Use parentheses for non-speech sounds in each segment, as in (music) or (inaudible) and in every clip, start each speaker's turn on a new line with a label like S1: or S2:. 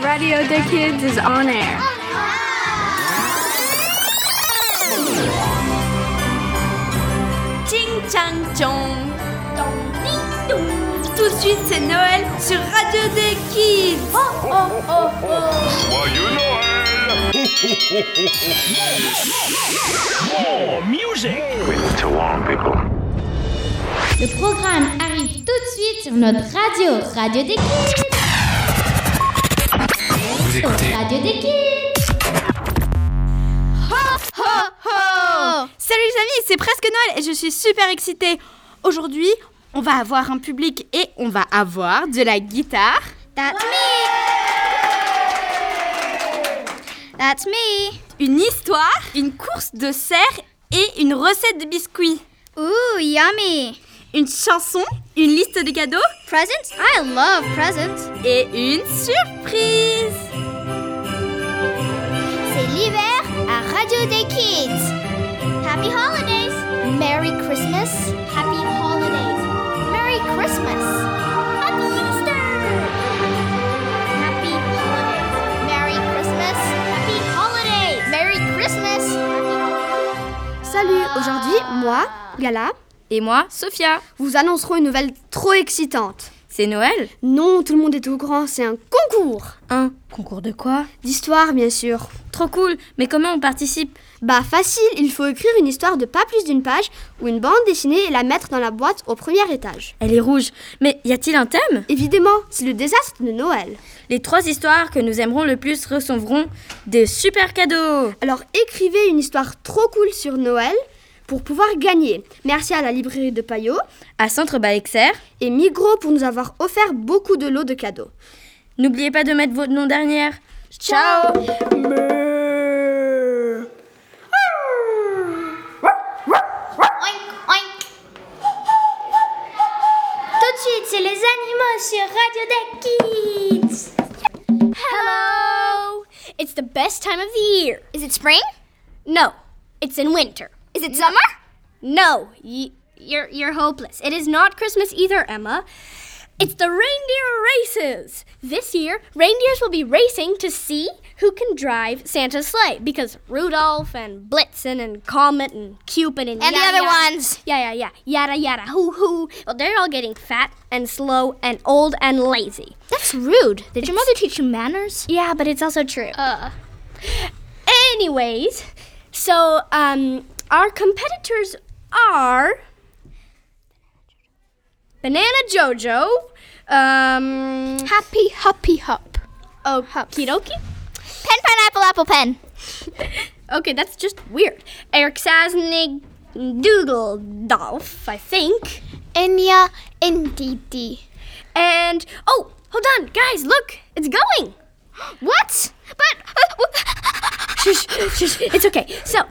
S1: Radio Day Kids is on air.
S2: Ching chang chong. Tout de suite, c'est Noël sur Radio des Kids.
S3: Joyeux Noël!
S4: to warn people.
S5: Le programme arrive tout de suite sur notre radio, Radio des Kids. Vous écoutez Radio des Kids. Oh.
S2: Oh. Salut les amis, c'est presque Noël et je suis super excitée. Aujourd'hui, on va avoir un public et on va avoir de la guitare.
S5: That's me. That's me.
S2: une histoire, une course de serre et une recette de biscuits.
S5: Ooh, yummy.
S2: Une chanson, une liste de cadeaux
S5: Presents? I love presents.
S2: et une surprise.
S5: C'est l'hiver à Radio des Kids. Happy holidays. Merry Christmas. Happy holidays. Merry Christmas. Happy Easter. Happy holidays. Merry Christmas. Happy holidays. Merry Christmas.
S6: Salut, aujourd'hui, moi, Gala,
S2: Et moi, Sophia.
S6: vous annoncerons une nouvelle trop excitante.
S2: C'est Noël
S6: Non, tout le monde est au courant, c'est un concours
S2: Un concours de quoi
S6: D'histoire, bien sûr.
S2: Trop cool, mais comment on participe
S6: Bah facile, il faut écrire une histoire de pas plus d'une page ou une bande dessinée et la mettre dans la boîte au premier étage.
S2: Elle est rouge, mais y a-t-il un thème
S6: Évidemment, c'est le désastre de Noël.
S2: Les trois histoires que nous aimerons le plus recevront des super cadeaux.
S6: Alors écrivez une histoire trop cool sur Noël pour pouvoir gagner. Merci à la librairie de Payot
S2: À Centre Balexer,
S6: et Migros pour nous avoir offert beaucoup de lots de cadeaux.
S2: n'oubliez pas de mettre votre nom dernière. Ciao
S5: Oink, oink. Tout de suite, c'est les animaux sur Radio des Kids. Hello. It's the best time of the year. Is it spring? No, it's in winter. Is it summer? No, y- you're you're hopeless. It is not Christmas either, Emma. It's the reindeer races. This year, reindeers will be racing to see who can drive Santa's sleigh because Rudolph and Blitzen and Comet and Cupid and and the other ones. Yeah, yeah, yeah. Yada yada. Hoo hoo. Well, they're all getting fat and slow and old and lazy. That's rude. Did your mother teach you manners? Yeah, but it's also true. Uh. Anyways, so um, our competitors are. Banana Jojo. Um, Happy Hoppy Hop. Oh, Okie dokie. Pen, pineapple, apple, pen. okay, that's just weird. Eric Sasnig Doodle Dolph, I think. Enya Ndidi. And, oh, hold on, guys, look, it's going. (gasps) What? But. (laughs) shush, shush, it's okay. So,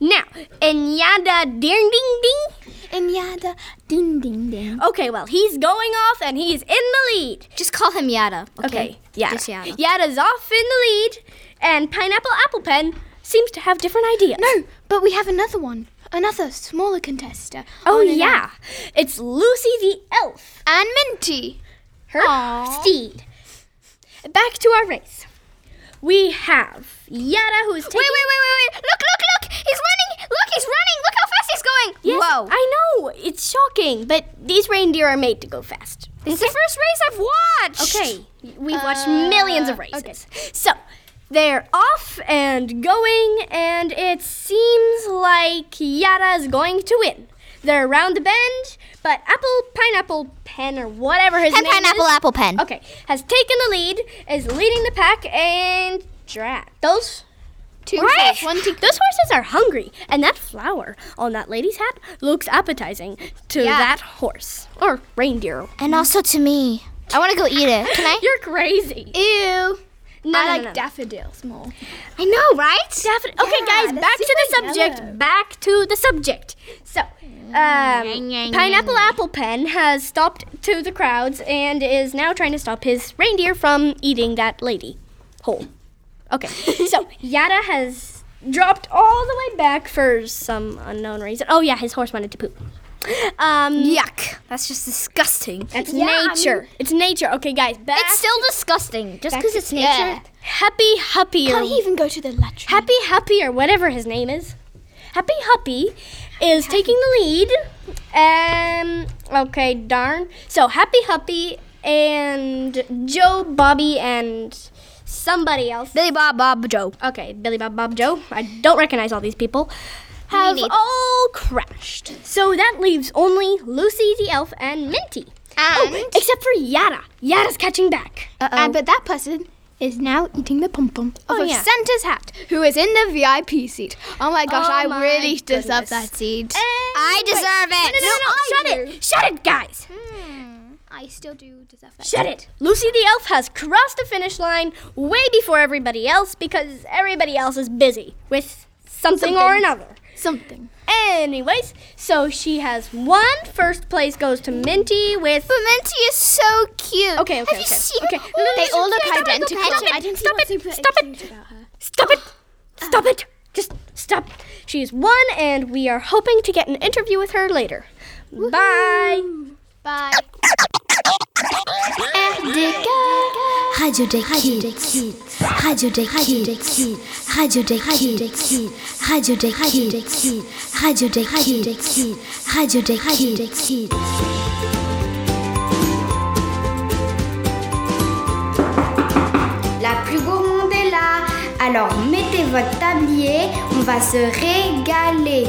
S5: now, Enyada Ding Ding Ding. Enyada Ding Ding Ding. Okay, well, he's going off and he's in the lead. Just call him Yada. Okay, Yada.
S2: Just Yada.
S5: Yada's off in the lead, and Pineapple Apple Pen seems to have different ideas.
S7: No, Oh, but we have another one. Another smaller contestant.
S5: Oh, yeah. It's Lucy the Elf,
S7: And Minty.
S5: her steed. Back to our race. We have Yada, who is taking. Wait, wait, wait, wait, wait. Look, look, look. He's running. Look, he's running. Look how fast he's going. Yes,
S7: Whoa.
S5: I know. It's shocking, but these reindeer are made to go fast. It's the first race I've watched. Uh, Okay. We've watched millions of races. So they're off and going, and it seems like Yada is going to win. They're around the bend, but Apple, Pineapple, Pen, or whatever his name is.
S7: apple pen.
S5: Okay, has taken the lead, is leading the pack, and drat. Those
S7: Two
S5: right?
S7: right. One tick.
S5: Those horses are hungry, and that flower on that lady's hat looks appetizing to that horse or reindeer.
S7: And also to me. I want to go eat it. Can I?
S5: You're crazy.
S7: (laughs) Ew.
S5: No,
S7: I
S5: no,
S7: like
S5: no, no.
S7: daffodils more.
S5: I know, right? okay, guys, back to the subject. Back to the subject. So, um, Pineapple Apple Pen has stopped to the crowds and is now trying to stop his reindeer from eating that lady whole. (laughs) Okay, so Yada has dropped all the way back for some unknown reason. Oh, yeah, his horse wanted to poop. Um,
S6: Yuck.
S5: that's just disgusting.
S6: That's
S5: Yeah, I
S6: nature.
S5: mean- it's nature. Okay, guys, back.
S3: It's still disgusting. Just
S5: back
S3: because
S5: to-
S3: it's nature.
S5: yeah. Happy Happy or
S7: Can't he even go to the latrine?
S5: Happy Happy or whatever his name is. Happy Happy is taking the lead. Um. Okay, darn. So Happy Happy and Joe, Bobby, and somebody else.
S3: Billy Bob Bob Joe.
S5: Okay, Billy Bob Bob Joe. I don't recognize all these people. Have
S3: neither.
S5: all crashed. So that leaves only Lucy the elf and Minty.
S3: And
S5: Oh, except for Yara. Yara's catching back.
S7: And but that person is now eating the pom pom of
S5: yeah.
S7: Santa's hat, who is in the VIP seat. Oh my gosh,
S5: Oh
S7: I
S5: my
S7: really deserve
S5: goodness.
S7: that seat.
S3: I deserve it.
S5: No, no, no, shut it. Shut it, guys.
S3: I still do deserve that.
S5: Shut it. Lucy the elf has crossed the finish line way before everybody else because everybody else is busy with something, or another.
S7: Something.
S5: Anyways, so she has one. First place goes to Minty with.
S3: But Minty is so cute.
S5: Okay, okay.
S3: Have
S5: okay.
S3: you seen
S5: okay. No, no,
S7: They
S5: no,
S7: all look
S5: stop it,
S7: identical.
S5: Stop it.
S7: I didn't see
S5: stop
S7: what's
S5: it.
S7: super
S5: Stop it.
S7: cute about her. Uh.
S5: Stop it! Stop it! Just stop. She's one, and we are hoping to get an interview with her later. Bye!
S7: Bye.
S4: Radio des Kids. Radio des Kids. Radio des Kids. Radio des Kids. Radio des Kids. Radio des Kids.
S6: La plus gourmande est là. Alors mettez votre tablier, on va se régaler.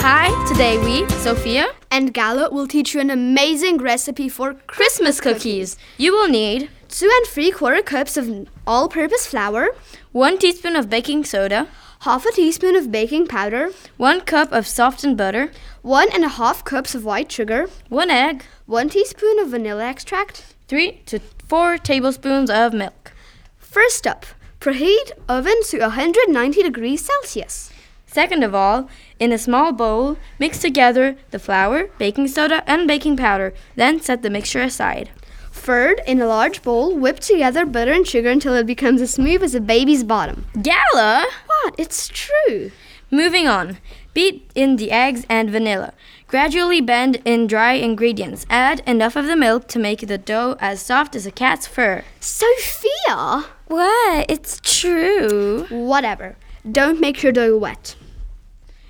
S2: Hi, today we, Sophia,
S6: And Gala will teach you an amazing recipe for
S2: Christmas cookies. You will need
S6: two and three quarter cups of all-purpose flour,
S2: one teaspoon of baking soda,
S6: half a teaspoon of baking powder,
S2: one cup of softened butter,
S6: one and a half cups of white sugar,
S2: one egg,
S6: one teaspoon of vanilla extract.
S2: three to four tablespoons of milk.
S6: First up, preheat oven to 190 degrees Celsius.
S2: Second of all, in a small bowl, mix together the flour, baking soda, and baking powder, then set the mixture aside.
S6: Third, in a large bowl, whip together butter and sugar until it becomes as smooth as a baby's bottom.
S2: Gala!
S6: What? It's true.
S2: Moving on, beat in the eggs and vanilla. Gradually bend in dry ingredients. Add enough of the milk to make the dough as soft as a cat's fur.
S6: Sophia!
S2: What? It's true.
S6: Whatever. Don't make your dough wet.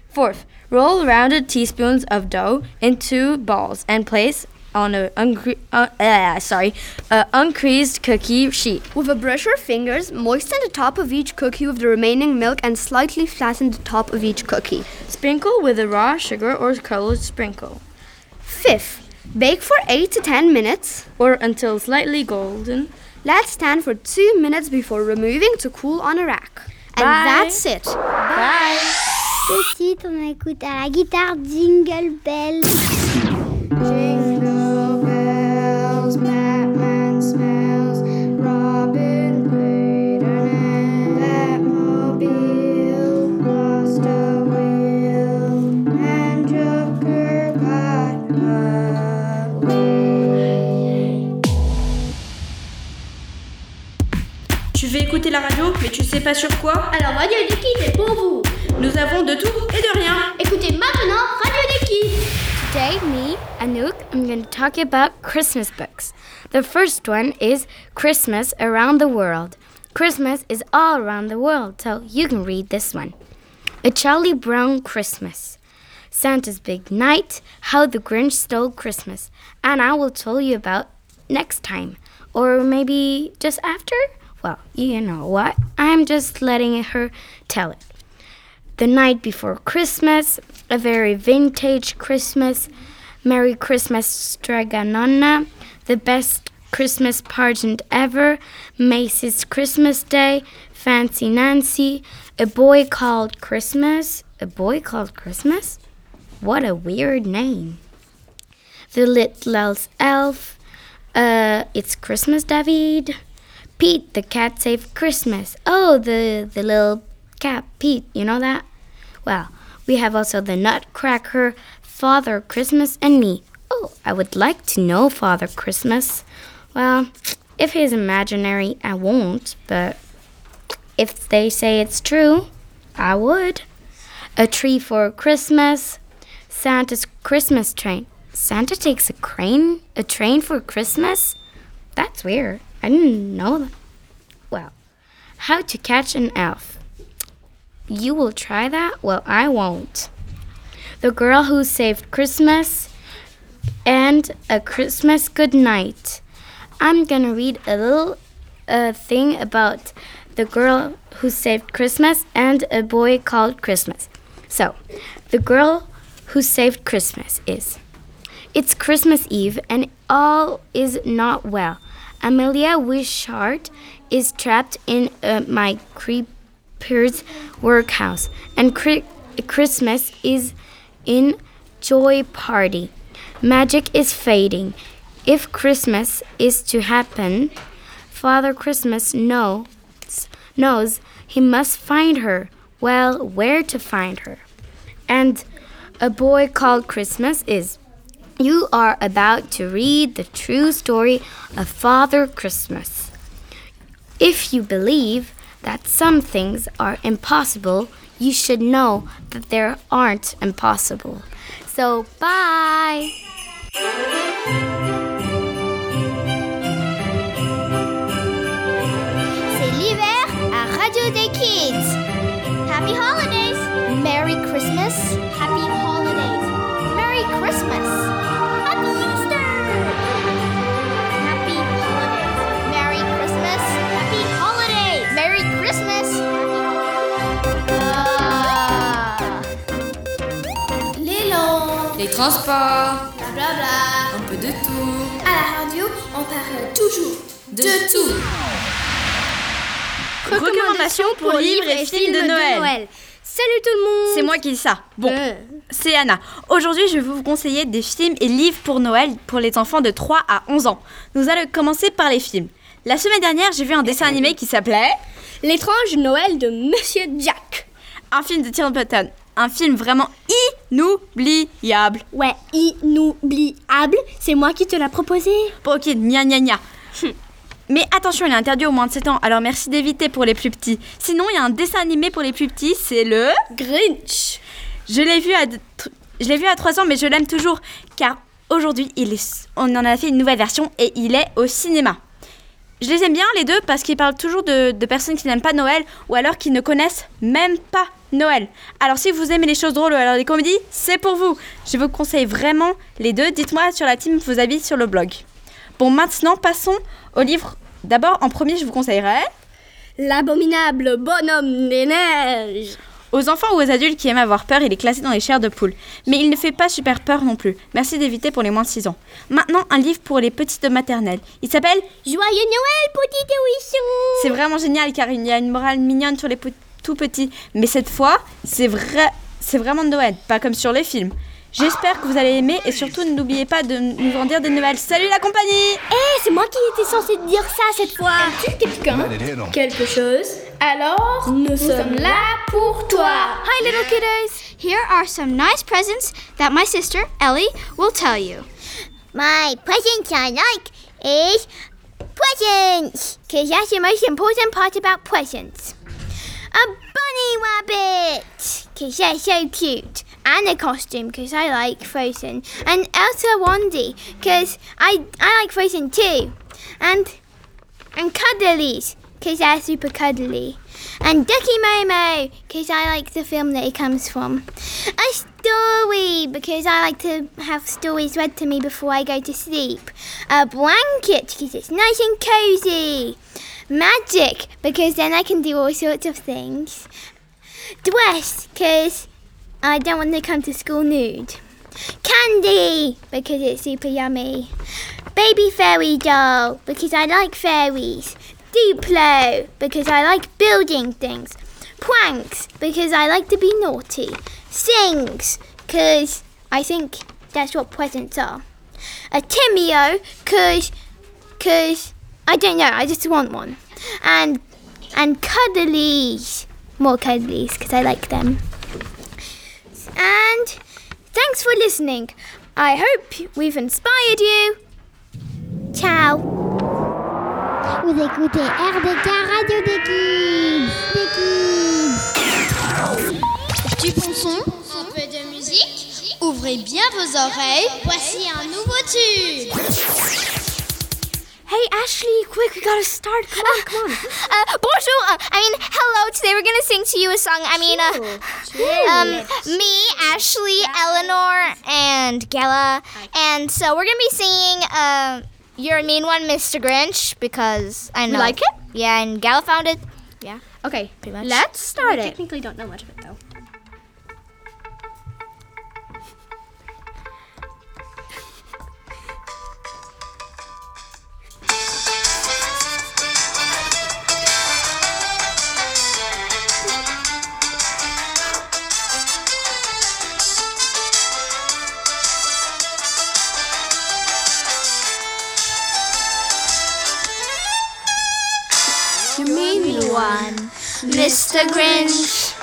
S2: Fourth, roll rounded teaspoons of dough into balls and place on a uncre- uh, uh, sorry, a uncreased cookie sheet.
S6: With a brush or fingers, moisten the top of each cookie with the remaining milk and slightly flatten the top of each cookie.
S2: Sprinkle with a raw sugar or colored sprinkle,
S6: Fifth, bake for 8 to 10 minutes.
S2: or until slightly golden.
S6: Let stand for 2 minutes before removing to cool on a rack. And
S2: Bye.
S6: that's it.
S4: Petite, on écoute à la guitare Jingle Bell.
S6: Jingle bells, Batman smells, Robin Hood and Batmobile, lost a wheel, and Joker got
S8: Tu veux écouter la radio, mais tu sais pas sur quoi Alors Radio des Kids est pour vous Nous avons de tout et de rien
S3: Today, me, Anouk, I'm going to talk about Christmas books. The first one is Christmas Around the World. Christmas is all around the world, so you can read this one. A Charlie Brown Christmas. Santa's Big Night, How the Grinch Stole Christmas. And I will tell you about next time. Or maybe just after? Well, you know what? I'm just letting her tell it. The Night Before Christmas, A Very Vintage Christmas, Merry Christmas Streganona, The Best Christmas Pageant Ever, Macy's Christmas Day, Fancy Nancy, A Boy Called Christmas, A Boy Called Christmas? What a weird name. The Littlel's Elf, uh, It's Christmas David, Pete the Cat Saved Christmas. Oh, the, the little cat, Pete, you know that? Well, we have also the Nutcracker, Father Christmas, and me. Oh, I would like to know Father Christmas. Well, if he's imaginary, I won't, but if they say it's true, I would. a tree for Christmas, Santa's Christmas train. Santa takes a crane, a train for Christmas? That's weird. I didn't know that. Well, how to catch an elf. You will try that? Well, I won't. The girl who saved Christmas and a Christmas good night. I'm gonna read a little uh, thing about the girl who saved Christmas and a boy called Christmas. So, the girl who saved Christmas is. It's Christmas Eve and all is not well. Amelia Wishart is trapped in uh, my creeper's workhouse, and cri- Christmas is in joy party. Magic is fading. If Christmas is to happen, Father Christmas knows knows he must find her. Well, where to find her? And a boy called Christmas is. You are about to read the true story of Father Christmas. If you believe that some things are impossible, you should know that there aren't impossible. So, bye.
S4: C'est l'hiver à Radio des Kids. Happy holidays. Merry Christmas. Happy holidays. Merry Christmas. Happy Easter. Happy holidays. Merry Christmas. Happy holidays. Merry Christmas. Ah. L'élan.
S9: Les transports,
S4: Blabla.
S9: un peu de tout,
S10: À la radio, on parle toujours.
S9: de, tout.
S5: Recommandations pour livres et films de Noël.
S9: Salut tout le monde
S5: C'est moi qui dis ça. Bon,
S11: Euh.
S5: c'est Anna. Aujourd'hui, je vais vous conseiller des films et livres pour Noël pour les enfants de 3 à 11 ans. Nous allons commencer par les films. La semaine dernière, j'ai vu un dessin animé qui s'appelait
S11: L'étrange Noël de Monsieur Jack.
S5: un film de Tim Burton. Un film vraiment inoubliable.
S11: Ouais, inoubliable. C'est moi qui te l'a proposé.
S5: Ok, gna gna gna. Mais attention, il est interdit au moins de 7 ans, alors merci d'éviter pour les plus petits. Sinon, il y a un dessin animé pour les plus petits, c'est le...
S11: Grinch.
S5: Je l'ai vu à d- tr- je l'ai vu à 3 ans mais je l'aime toujours car aujourd'hui il est on en a fait une nouvelle version et il est au cinéma. Je les aime bien les deux parce qu'ils parlent toujours de, de personnes qui n'aiment pas Noël ou alors qui ne connaissent même pas Noël. Alors si vous aimez les choses drôles ou alors les comédies, c'est pour vous. Je vous conseille vraiment les deux. Dites-moi sur la team vos avis sur le blog. Bon maintenant passons au livre. D'abord en premier je vous conseillerais
S11: L'abominable bonhomme des neiges.
S5: Aux enfants ou aux adultes qui aiment avoir peur, il est classé dans les chairs de poule. Mais il ne fait pas super peur non plus. Merci d'éviter pour les moins de 6 ans. Maintenant, un livre pour les petites de maternelle. Il s'appelle
S11: Joyeux Noël, petit Wishon.
S5: C'est vraiment génial car il y a une morale mignonne sur les pou- tout petits. Mais cette fois, c'est vrai, c'est vraiment Noël, pas comme sur les films. J'espère que vous allez aimer et surtout n'oubliez pas de nous en dire des nouvelles. Salut la compagnie
S11: c'est moi qui étais censé te dire ça cette fois. Tu quelqu'un Quelque chose Alors, nous, sommes là pour toi.
S12: Hi, little kiddos. Here are some nice presents that my sister, Ellie, will tell you.
S4: My present I like is presents. Because that's the most important part about presents. A bunny rabbit. Because they're so cute. And a costume, because I like Frozen. And Elsa Wandy, because I, I like Frozen too. And and Cuddlies, because they're super cuddly. And Ducky Momo, because I like the film that it comes from. A story, because I like to have stories read to me before I go to sleep. A blanket, because it's nice and cozy. Magic, because then I can do all sorts of things. Dress, because I don't want to come to school nude. Candy, because it's super yummy. Baby fairy doll, because I like fairies. Duplo, because I like building things. Pranks, because I like to be naughty. Sings, because I think that's what presents are. A Timio, because cause I don't know, I just want one. And and cuddlies, more cuddlies, because I like them. And thanks for listening. I hope we've inspired you. Ciao.
S13: Vous écoutez RDK Radio des Kids. Des Kids.
S4: Tu penses chanson, un peu de musique. Ouvrez bien vos oreilles. Voici un nouveau tube.
S3: Hey, Ashley, quick, we gotta start. Come on, come
S13: (laughs)
S3: on.
S13: Uh, bonjour. Uh, I mean, hello. Today we're gonna sing to you a song. I mean, uh, um, me, Ashley, Eleanor, and Gela, and so we're gonna be singing. Uh, You're a mean one, Mr. Grinch, because I know.
S14: You like it?
S13: Yeah, and Gala found it.
S14: Yeah. Okay.
S13: Pretty much.
S14: Let's start
S13: We
S14: it. Technically, don't know much of it though.
S4: You mean one, Mr. Grinch.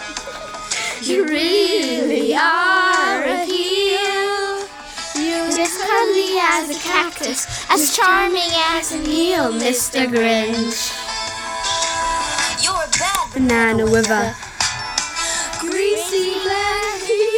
S4: You really are a heel. You're as cuddly as a cactus, as charming as an eel, Mr. Grinch. You're a bad banana with a greasy black heel.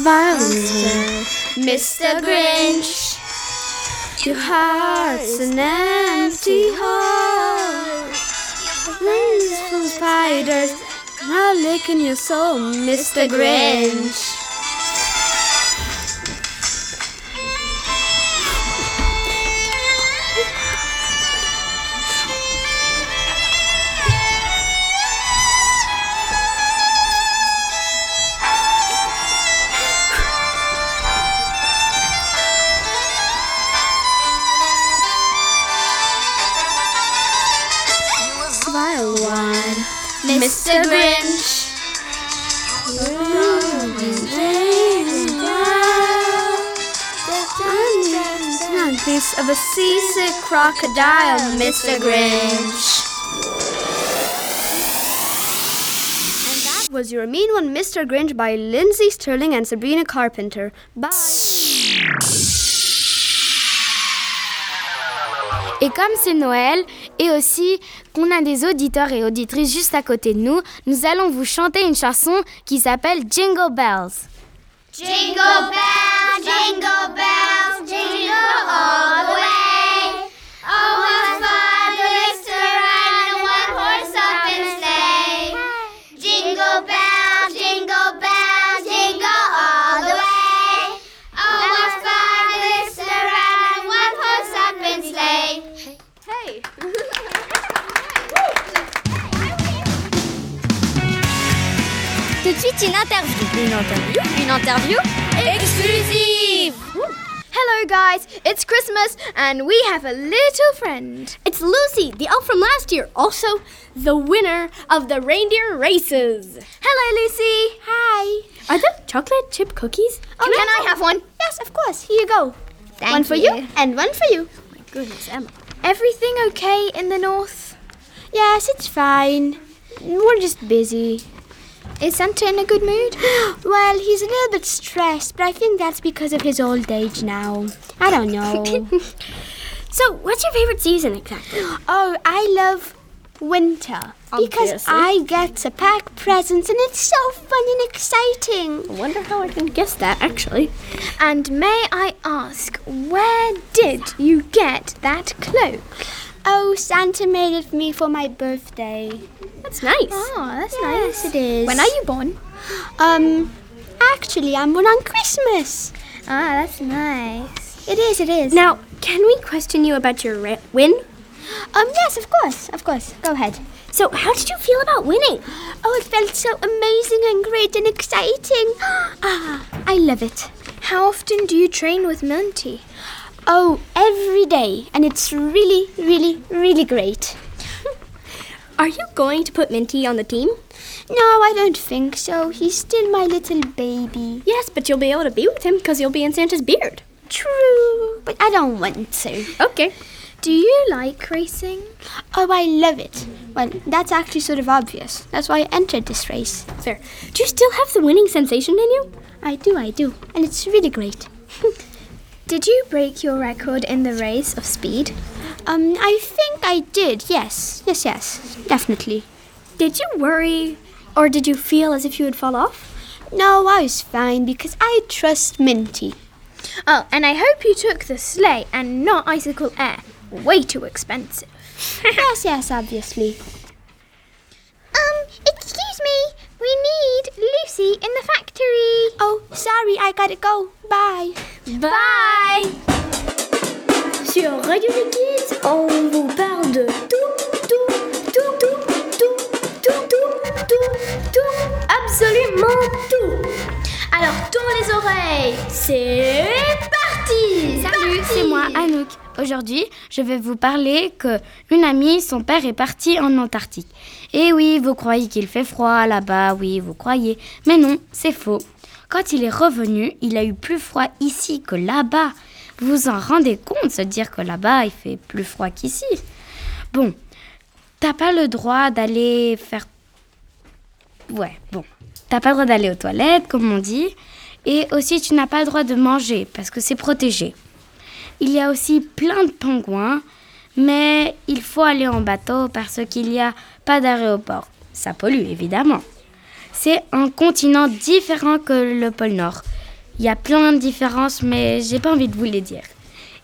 S15: Monster,
S4: Mr. Grinch. Your heart's an empty hole. Limbs full of spiders now licking your soul, Mr. Grinch. Vile one, Mr. Grinch. Piece of a seasick crocodile, Mr. Grinch.
S6: That was your mean one, Mr. Grinch, by Lindsay Sterling and Sabrina Carpenter. Bye.
S3: Et comme c'est Noël et aussi qu'on a des auditeurs et auditrices juste à côté de nous, nous allons vous chanter une chanson qui s'appelle Jingle Bells.
S4: Jingle bells, jingle bells, jingle all the way. Oh, what fun it is to ride in a one-horse open sleigh. Jingle bells, jingle bells, jingle all the way. Oh, what fun it is to ride in a one-horse open sleigh. Hey. (laughs)
S13: Tout de suite, une interview. Une interview. Une interview.
S4: Exclusive! Hello, guys. It's Christmas, and we have a little friend.
S16: It's Lucy, the elf from last year, also the winner of the reindeer races.
S4: Hello, Lucy. Hi.
S16: Are there chocolate chip cookies?
S4: Oh, can, I, have one? Yes, of course. Here you go.
S16: Thank
S4: one for you.
S16: you.
S4: and one for you.
S16: Oh my goodness, Emma.
S4: Everything okay in the north? Yes, it's fine. We're just busy. Is Santa in a good mood? (gasps) well, he's a little bit stressed, but I think that's because of his old age now. I don't know. (laughs) so, what's your favorite season exactly? Oh, I love winter. Because
S16: Obviously.
S4: I get to pack presents and it's so fun and exciting.
S16: I wonder how I can guess that actually.
S4: And may I ask, where did you get that cloak? Oh, Santa made it for me for my birthday. That's
S16: nice.
S4: Oh, that's nice. It is.
S16: When are you
S4: born? Um, actually, I'm born on Christmas. Ah, that's nice. It is. It is.
S16: Now, can we question you about your ra- win?
S4: Um, yes, of course, of course. Go ahead.
S16: So, how did you feel about winning?
S4: Oh, it felt so amazing and great and exciting. (gasps) ah, I love it. How often do you train with Monty? Oh, every day, and it's really, really, really great.
S16: Are you going to put Minty on the team?
S4: No, I don't think so. He's still my little baby.
S16: Yes, but you'll be able to be with him because you'll be in Santa's beard.
S4: True, but I don't want to.
S16: Okay.
S4: Do you like racing? Oh, I love it. Well, that's actually sort of obvious. That's why I entered this race. Fair. Do you still have the winning sensation in you? I do, I do. And it's really great.
S17: (laughs) Did you break your record in the race of speed?
S4: Um, I think I did, yes. Yes, yes. Definitely. Did you worry or did you feel as if you would fall off? No, I was fine because I trust Minty.
S17: Oh, and I hope you took the sleigh and not icicle air. Way too expensive. (laughs)
S4: yes, yes, obviously.
S18: Um, excuse me. We need Lucy in the factory.
S4: Oh, sorry, I gotta go. Bye.
S18: Bye.
S19: Sur Radio des Kids, on vous parle de tout, tout, tout, tout, tout, tout, tout, tout, tout, absolument tout. Alors, tourne les oreilles, c'est parti
S3: Salut,
S19: parti.
S3: c'est moi Anouk. Aujourd'hui, je vais vous parler que une amie, son père est parti en Antarctique. Et oui, vous croyez qu'il fait froid là-bas, oui, vous croyez. Mais non, c'est faux. Quand il est revenu, il a eu plus froid ici que là-bas. Vous vous en rendez compte, se dire que là-bas, il fait plus froid qu'ici. Bon, t'as pas le droit d'aller faire... Ouais, bon. T'as pas le droit d'aller aux toilettes, comme on dit. Et aussi, tu n'as pas le droit de manger, parce que c'est protégé. Il y a aussi plein de pingouins, mais il faut aller en bateau parce qu'il n'y a pas d'aéroport. Ça pollue, évidemment. C'est un continent différent que le pôle Nord. Il y a plein de différences, mais j'ai pas envie de vous les dire.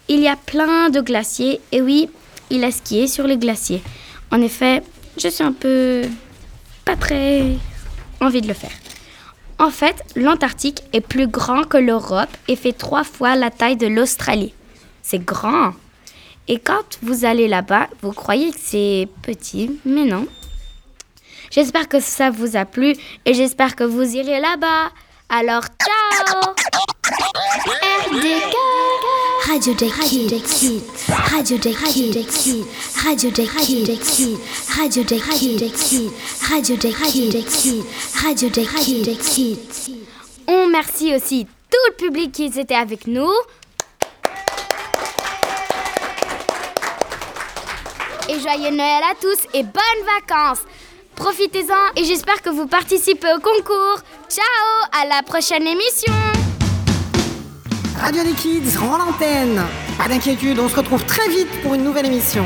S3: Il y a plein de glaciers, et oui, il a skié sur les glaciers. En effet, je suis un peu. pas très. envie de le faire. En fait, l'Antarctique est plus grand que l'Europe et fait trois fois la taille de l'Australie. C'est grand. Et quand vous allez là-bas, vous croyez que c'est petit, mais non. J'espère que ça vous a plu et j'espère que vous irez là-bas. Alors, ciao
S13: RDK Radio des Kids Radio des Kids Radio des Kids Radio des Kids Radio des Kids Radio des Kids
S3: On remercie aussi tout le public qui était avec nous. Et joyeux Noël à tous et bonnes vacances Profitez-en et j'espère que vous participez au concours. Ciao, à la prochaine émission
S20: Radio des Kids rend l'antenne. Pas d'inquiétude, on se retrouve très vite pour une nouvelle émission.